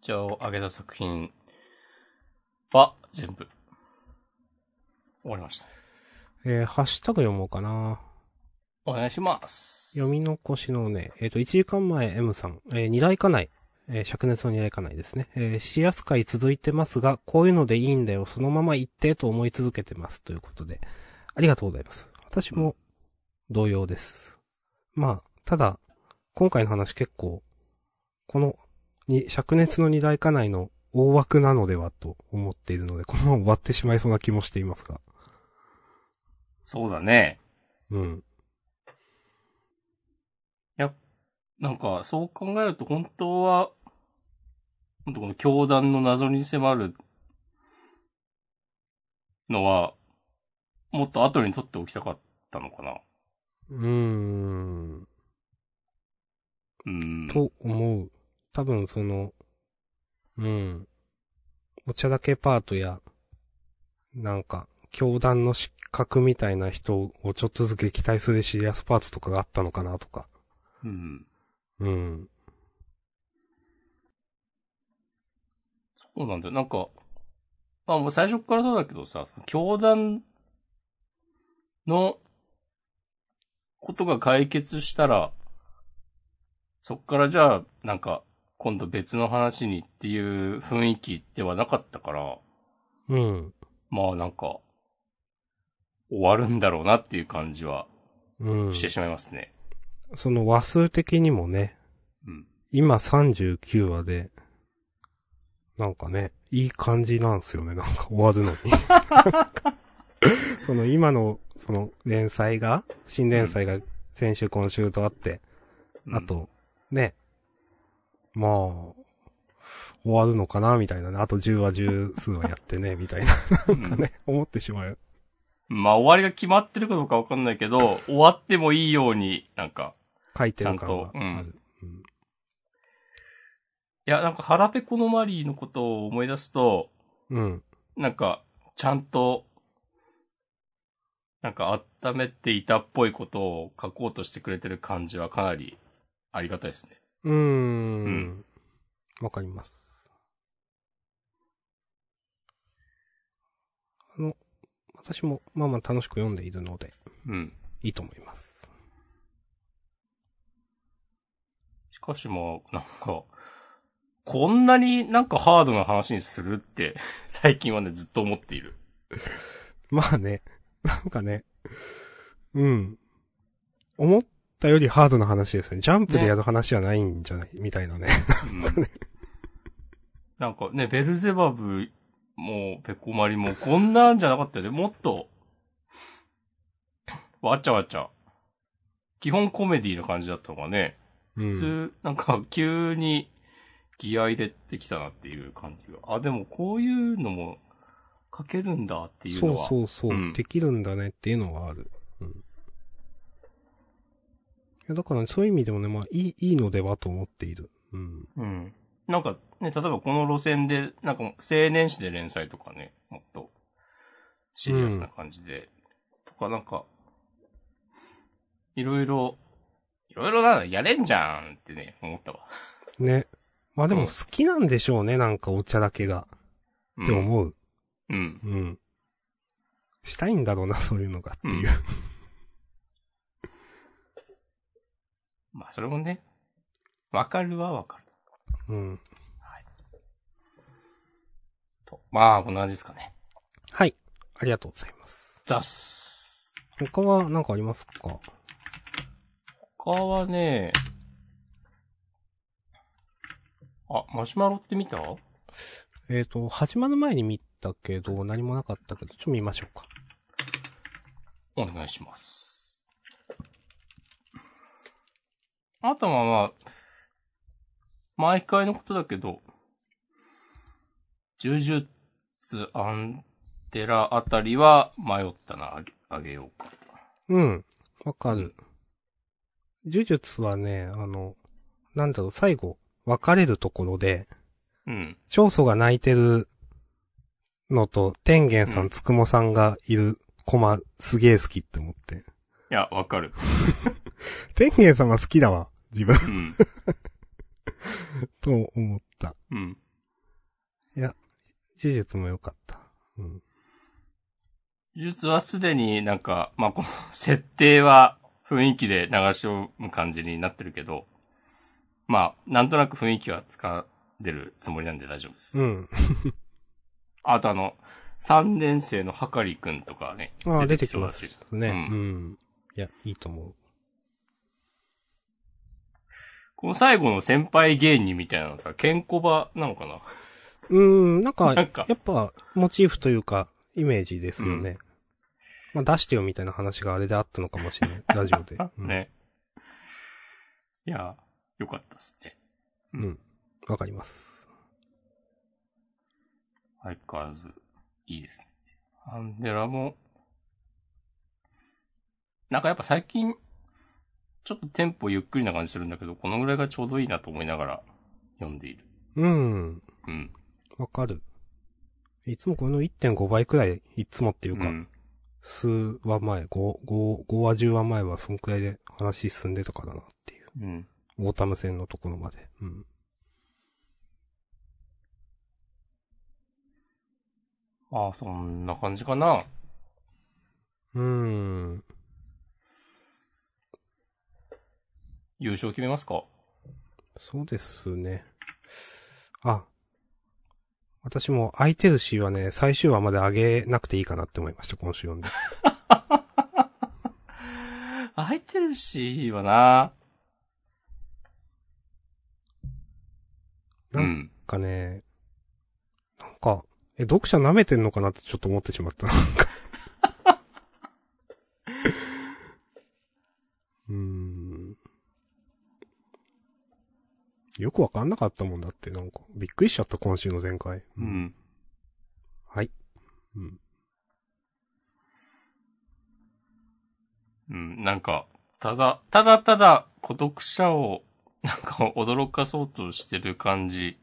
B: じゃあ、あげた作品は全部終わりました。
A: えー、ハッシュタグ読もうかな。
B: お願いします。
A: 読み残しのね、えっ、と、1時間前 M さん、えー二台家内、えー灼熱の二台家内ですね。えー、シアス会続いてますが、こういうのでいいんだよ、そのまま行って、と思い続けてます、ということで。ありがとうございます。私も、同様です。まあ、ただ、今回の話結構、この、に、灼熱の二台家内の大枠なのでは、と思っているので、このまま終わってしまいそうな気もしていますが。
B: そうだね。
A: うん。
B: いや、なんか、そう考えると本当は、本当この教団の謎に迫るのは、もっと後に取っておきたかったのかな。
A: うーん。
B: うん。
A: と思う。多分その、うん。お茶だけパートや、なんか、教団の失格みたいな人をちょっとずつ撃退するシリアスパートとかがあったのかなとか。
B: うん。
A: うん。
B: そうなんだよ。なんか、まあもう最初っからそうだけどさ、教団のことが解決したら、そっからじゃあ、なんか、今度別の話にっていう雰囲気ではなかったから、
A: うん。
B: まあなんか、終わるんだろうなっていう感じは
A: うん。
B: してしまいますね。
A: その話数的にもね、
B: うん。
A: 今39話で、なんかね、いい感じなんですよね、なんか終わるのに。
B: [LAUGHS]
A: その今の、その連載が、新連載が先週今週とあって、
B: うん
A: あと、ね、まあ、終わるのかな、みたいなね。あと10話、10数話やってね、みたいな、
B: うん
A: ね、思ってしまう。
B: まあ、終わりが決まってるかどうかわかんないけど、終わってもいいように、なんか。
A: 書いてる感が
B: ちゃんと
A: ある。うん
B: いや、なんか、腹ペコのマリーのことを思い出すと、
A: うん。
B: なんか、ちゃんと、なんか、温めていたっぽいことを書こうとしてくれてる感じはかなりありがたいですね。
A: うーん。わかります。あの、私も、まあまあ楽しく読んでいるので、
B: うん。
A: いいと思います。
B: しかしもう、なんか、こんなになんかハードな話にするって、最近はね、ずっと思っている。
A: まあね、なんかね、うん。思ったよりハードな話ですね。ジャンプでやる話じゃないんじゃない、みたいなね。
B: うん、なんかね、ベルゼバブもペコマリもこんなんじゃなかったよね。もっと、わちゃわちゃ。基本コメディな感じだったのがね、
A: 普
B: 普通、なんか急にギア入れてきたなっていう感じが。あ、でもこういうのも書けるんだっていう
A: そ
B: の
A: う
B: は。
A: そうそう、
B: うん
A: できるんだねっていうのはある。うん。いや、だから、ね、そういう意味でもね、まあ、いい、いいのではと思っている。うん。
B: うん。なんかね、例えばこの路線で、なんかもう青年誌で連載とかね、もっとシリアスな感じで、とかなんか、いろいろ、いろいろなのやれんじゃんってね、思ったわ。
A: ね。まあで
B: う
A: も
B: ん
A: 好きなんでしょうね、なんかお茶だけが。
B: うん、
A: って思う。
B: うん。
A: うん。したいんだろうな、そういうのがっていう。
B: うんまあそれもね、わかるはわかる。
A: うん。
B: と。まあ、こんな感じですかね。
A: はい。ありがとうございます。
B: ザス。
A: 他は何かありますか
B: 他はね、あ、マシュマロって見た
A: えっ、と、始まる前に見たけど、何もなかったけど、ちょっと見ましょうか。
B: お願いします。あとはまあ、毎回のことだけど、呪術アンテラあたりは迷ったな、あげあげようか。
A: うん。わかる。呪術はね、あの、なんだろう、最後、別れるところで、
B: うん。
A: 長祖が泣いてるのと、天元さ
B: うん
A: ん、つくもさんがいるコマ、すげえ好きって思って。
B: いや、わかる。
A: 天元さんが好きだわ、自分
B: うん。
A: と思った。
B: うん。
A: 呪術も良かった。うん。
B: 呪術はすでになんか、まあ、この設定は雰囲気で流し込む感じになってるけど、まあ、なんとなく雰囲気はつかんでるつもりなんで大丈夫です。
A: うん。
B: あとあの、3年生のはかりくんとかね。
A: ああ、出て
B: き
A: き
B: そう
A: ま
B: だし
A: すね。
B: う
A: うんん。いや、いいと思う。
B: この最後の先輩芸人みたいなのさ、ケンコバなのかな
A: うーん、なんか、
B: なんか
A: やっぱ、モチーフというか、イメージですよね。まあ、出してよみたいな話があれであったのかもしれない。ラジオで。うん、。
B: [LAUGHS] ね。いや、よかったっすね。
A: うん。わかります。
B: 相変わらず、いいですね。アンデラも、なんかやっぱ最近、ちょっとテンポゆっくりな感じするんだけど、このぐらいがちょうどいいなと思いながら読んでいる。
A: うん。
B: うん。
A: わかる。いつもこの1.5倍くらい、いつもっていうか、
B: うん
A: 数話前、5、5、5話10話前はそんくらいで話進んでたからなっていう。
B: うん。
A: オータム戦のところまで。うん。
B: まあ、そんな感じかな。
A: うーん。
B: 優勝決めますか
A: そうですね。あ。私も空いてるしはね、最終話まで上げなくていいかなって思いました、今週読んで。
B: [LAUGHS] 空いてるし、いいわな。
A: う
B: うん。
A: なんかね、なんか、え、読者舐めてんのかなってちょっと思ってしまった。なんか [LAUGHS] うーん。よくわかんなかったもんだって、なんか。びっくりしちゃった、今週の前回。
B: う。ん。
A: はい。うん。
B: うん、なんか、ただ、ただただ、孤独者を、 [LAUGHS] なんか、驚かそうとしてる感じ。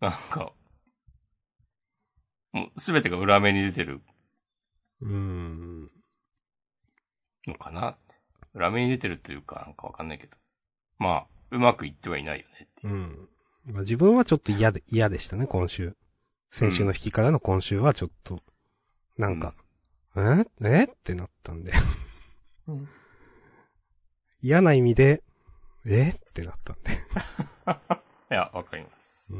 B: なんか、もう、すべてが裏目に出てる
A: うーん。
B: のかな裏目に出てるというか、なんかわかんないけど。まあ、うまくいってはいないよねっていうう。
A: ん。まあ、自分はちょっと嫌で、嫌でしたね、今週。先週の引きからの今週はちょっと、なんか、ええってなったんで。
B: うん
A: 嫌な意味で、えってなったんで。
B: いや、わかります。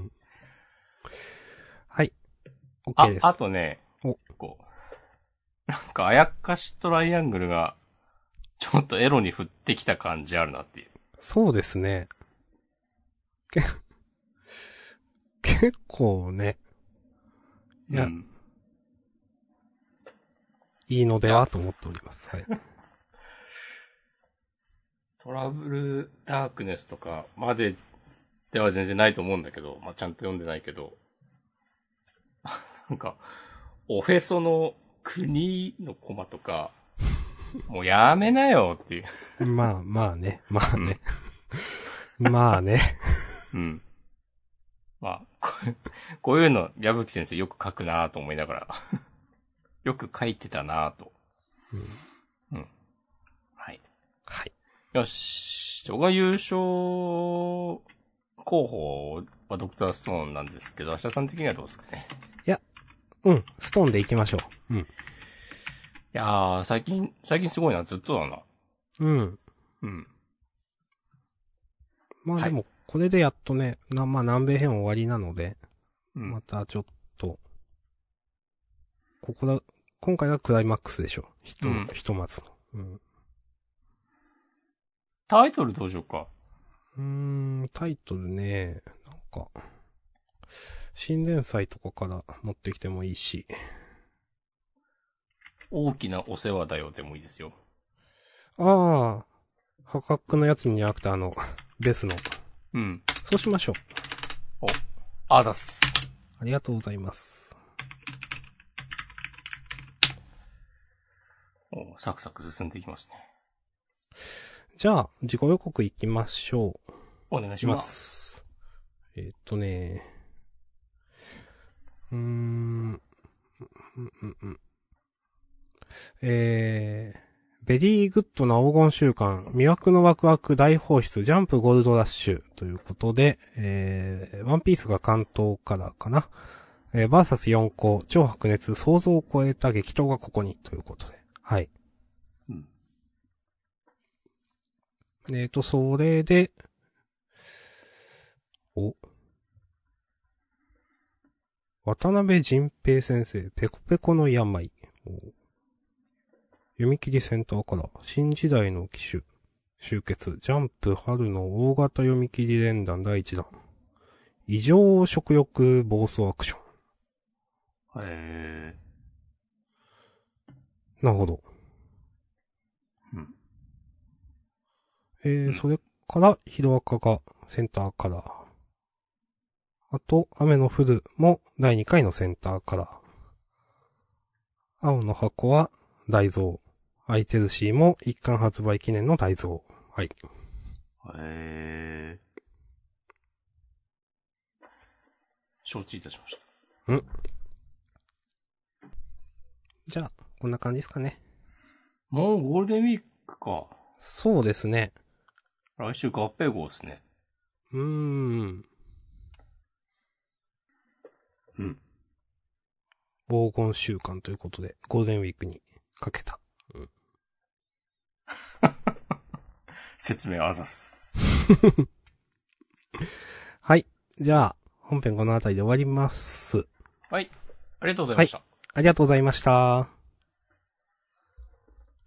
A: はい。
B: あ
A: OK で、す。
B: あとね、
A: お
B: こう、なんか、あやかしトライアングルが、ちょっとエロに振ってきた感じあるなっていう。
A: そうですね。け、結構ね、いや
B: うん
A: いいのではと思っております。はい。
B: トラブルダークネスとかまででは全然ないと思うんだけど、まあ、ちゃんと読んでないけど、 [LAUGHS] なんか、おへその国のコマとか、もうやめなよっていう。
A: まあまあね、まあね。 [LAUGHS] まあね。
B: うん。まあ、こういう [LAUGHS] こういうの、矢吹先生よく書くなぁと思いながら、 [LAUGHS] よく書いてたなぁと。うん。はい。
A: はい。
B: よし。僕が優勝候補はドクターストーンなんですけど、明日さん的にはどうですかね。
A: うん、ストーンで行きましょう。うん。
B: いやー、最近、最近すごいな、ずっとだな。
A: うん。
B: うん。
A: まあ
B: はい
A: でも、これでやっとね、な、まあ南米編終わりなので、
B: うん。
A: またちょっと、ここだ、今回がクライマックスでしょ。ひと、
B: うん
A: ひとまずの。
B: タイトルどうしようか。
A: うん。うーん、タイトルね、なんか、新伝祭とかから持ってきてもいいし、
B: 大きなお世話だよでもいいですよ。
A: ああ、破格のやつにじゃなくてあの、ベスの。
B: うん。
A: そうしましょう。
B: あざっす。
A: ありがとうございます。
B: おサクサク進んでいきますね。
A: じゃあ、自己予告行きましょう。
B: お願いし
A: しま
B: ます。
A: す。えーっとね。うーん。うんうんうんえー、ベリーグッドな黄金週間、魅惑のワクワク大放出、ジャンプゴールドラッシュということで、えー、ワンピースが関東からかな。えー、バーサス4校、超白熱、想像を超えた激闘がここにということで。はい。
B: うん
A: えーと、それで、お。渡辺仁平先生、ペコペコの病。お読み切りセンターから、新時代の機種、集結、ジャンプ春の大型読み切り連弾第1弾。異常食欲暴走アクション。
B: へ
A: なるほど。
B: うん
A: えー
B: うん
A: それから、ヒロアカがセンターカラー。あと、雨の降るも第2回のセンターカラー。青の箱は大蔵。空いてるシーも一貫発売記念の大蔵。はい。
B: ー。へー。承知いたしました。
A: じゃあ、こんな感じですかね。
B: もうゴールデンウィークか。
A: そうですね。
B: 来週合併号ですね。
A: うーん。
B: うん。
A: 黄金週間ということで、ゴールデンウィークにかけた。
B: 説明あざっす。
A: はい。じゃあ、本編この辺りで終わります。
B: はい。ありがとうございました。
A: ありがとうございました。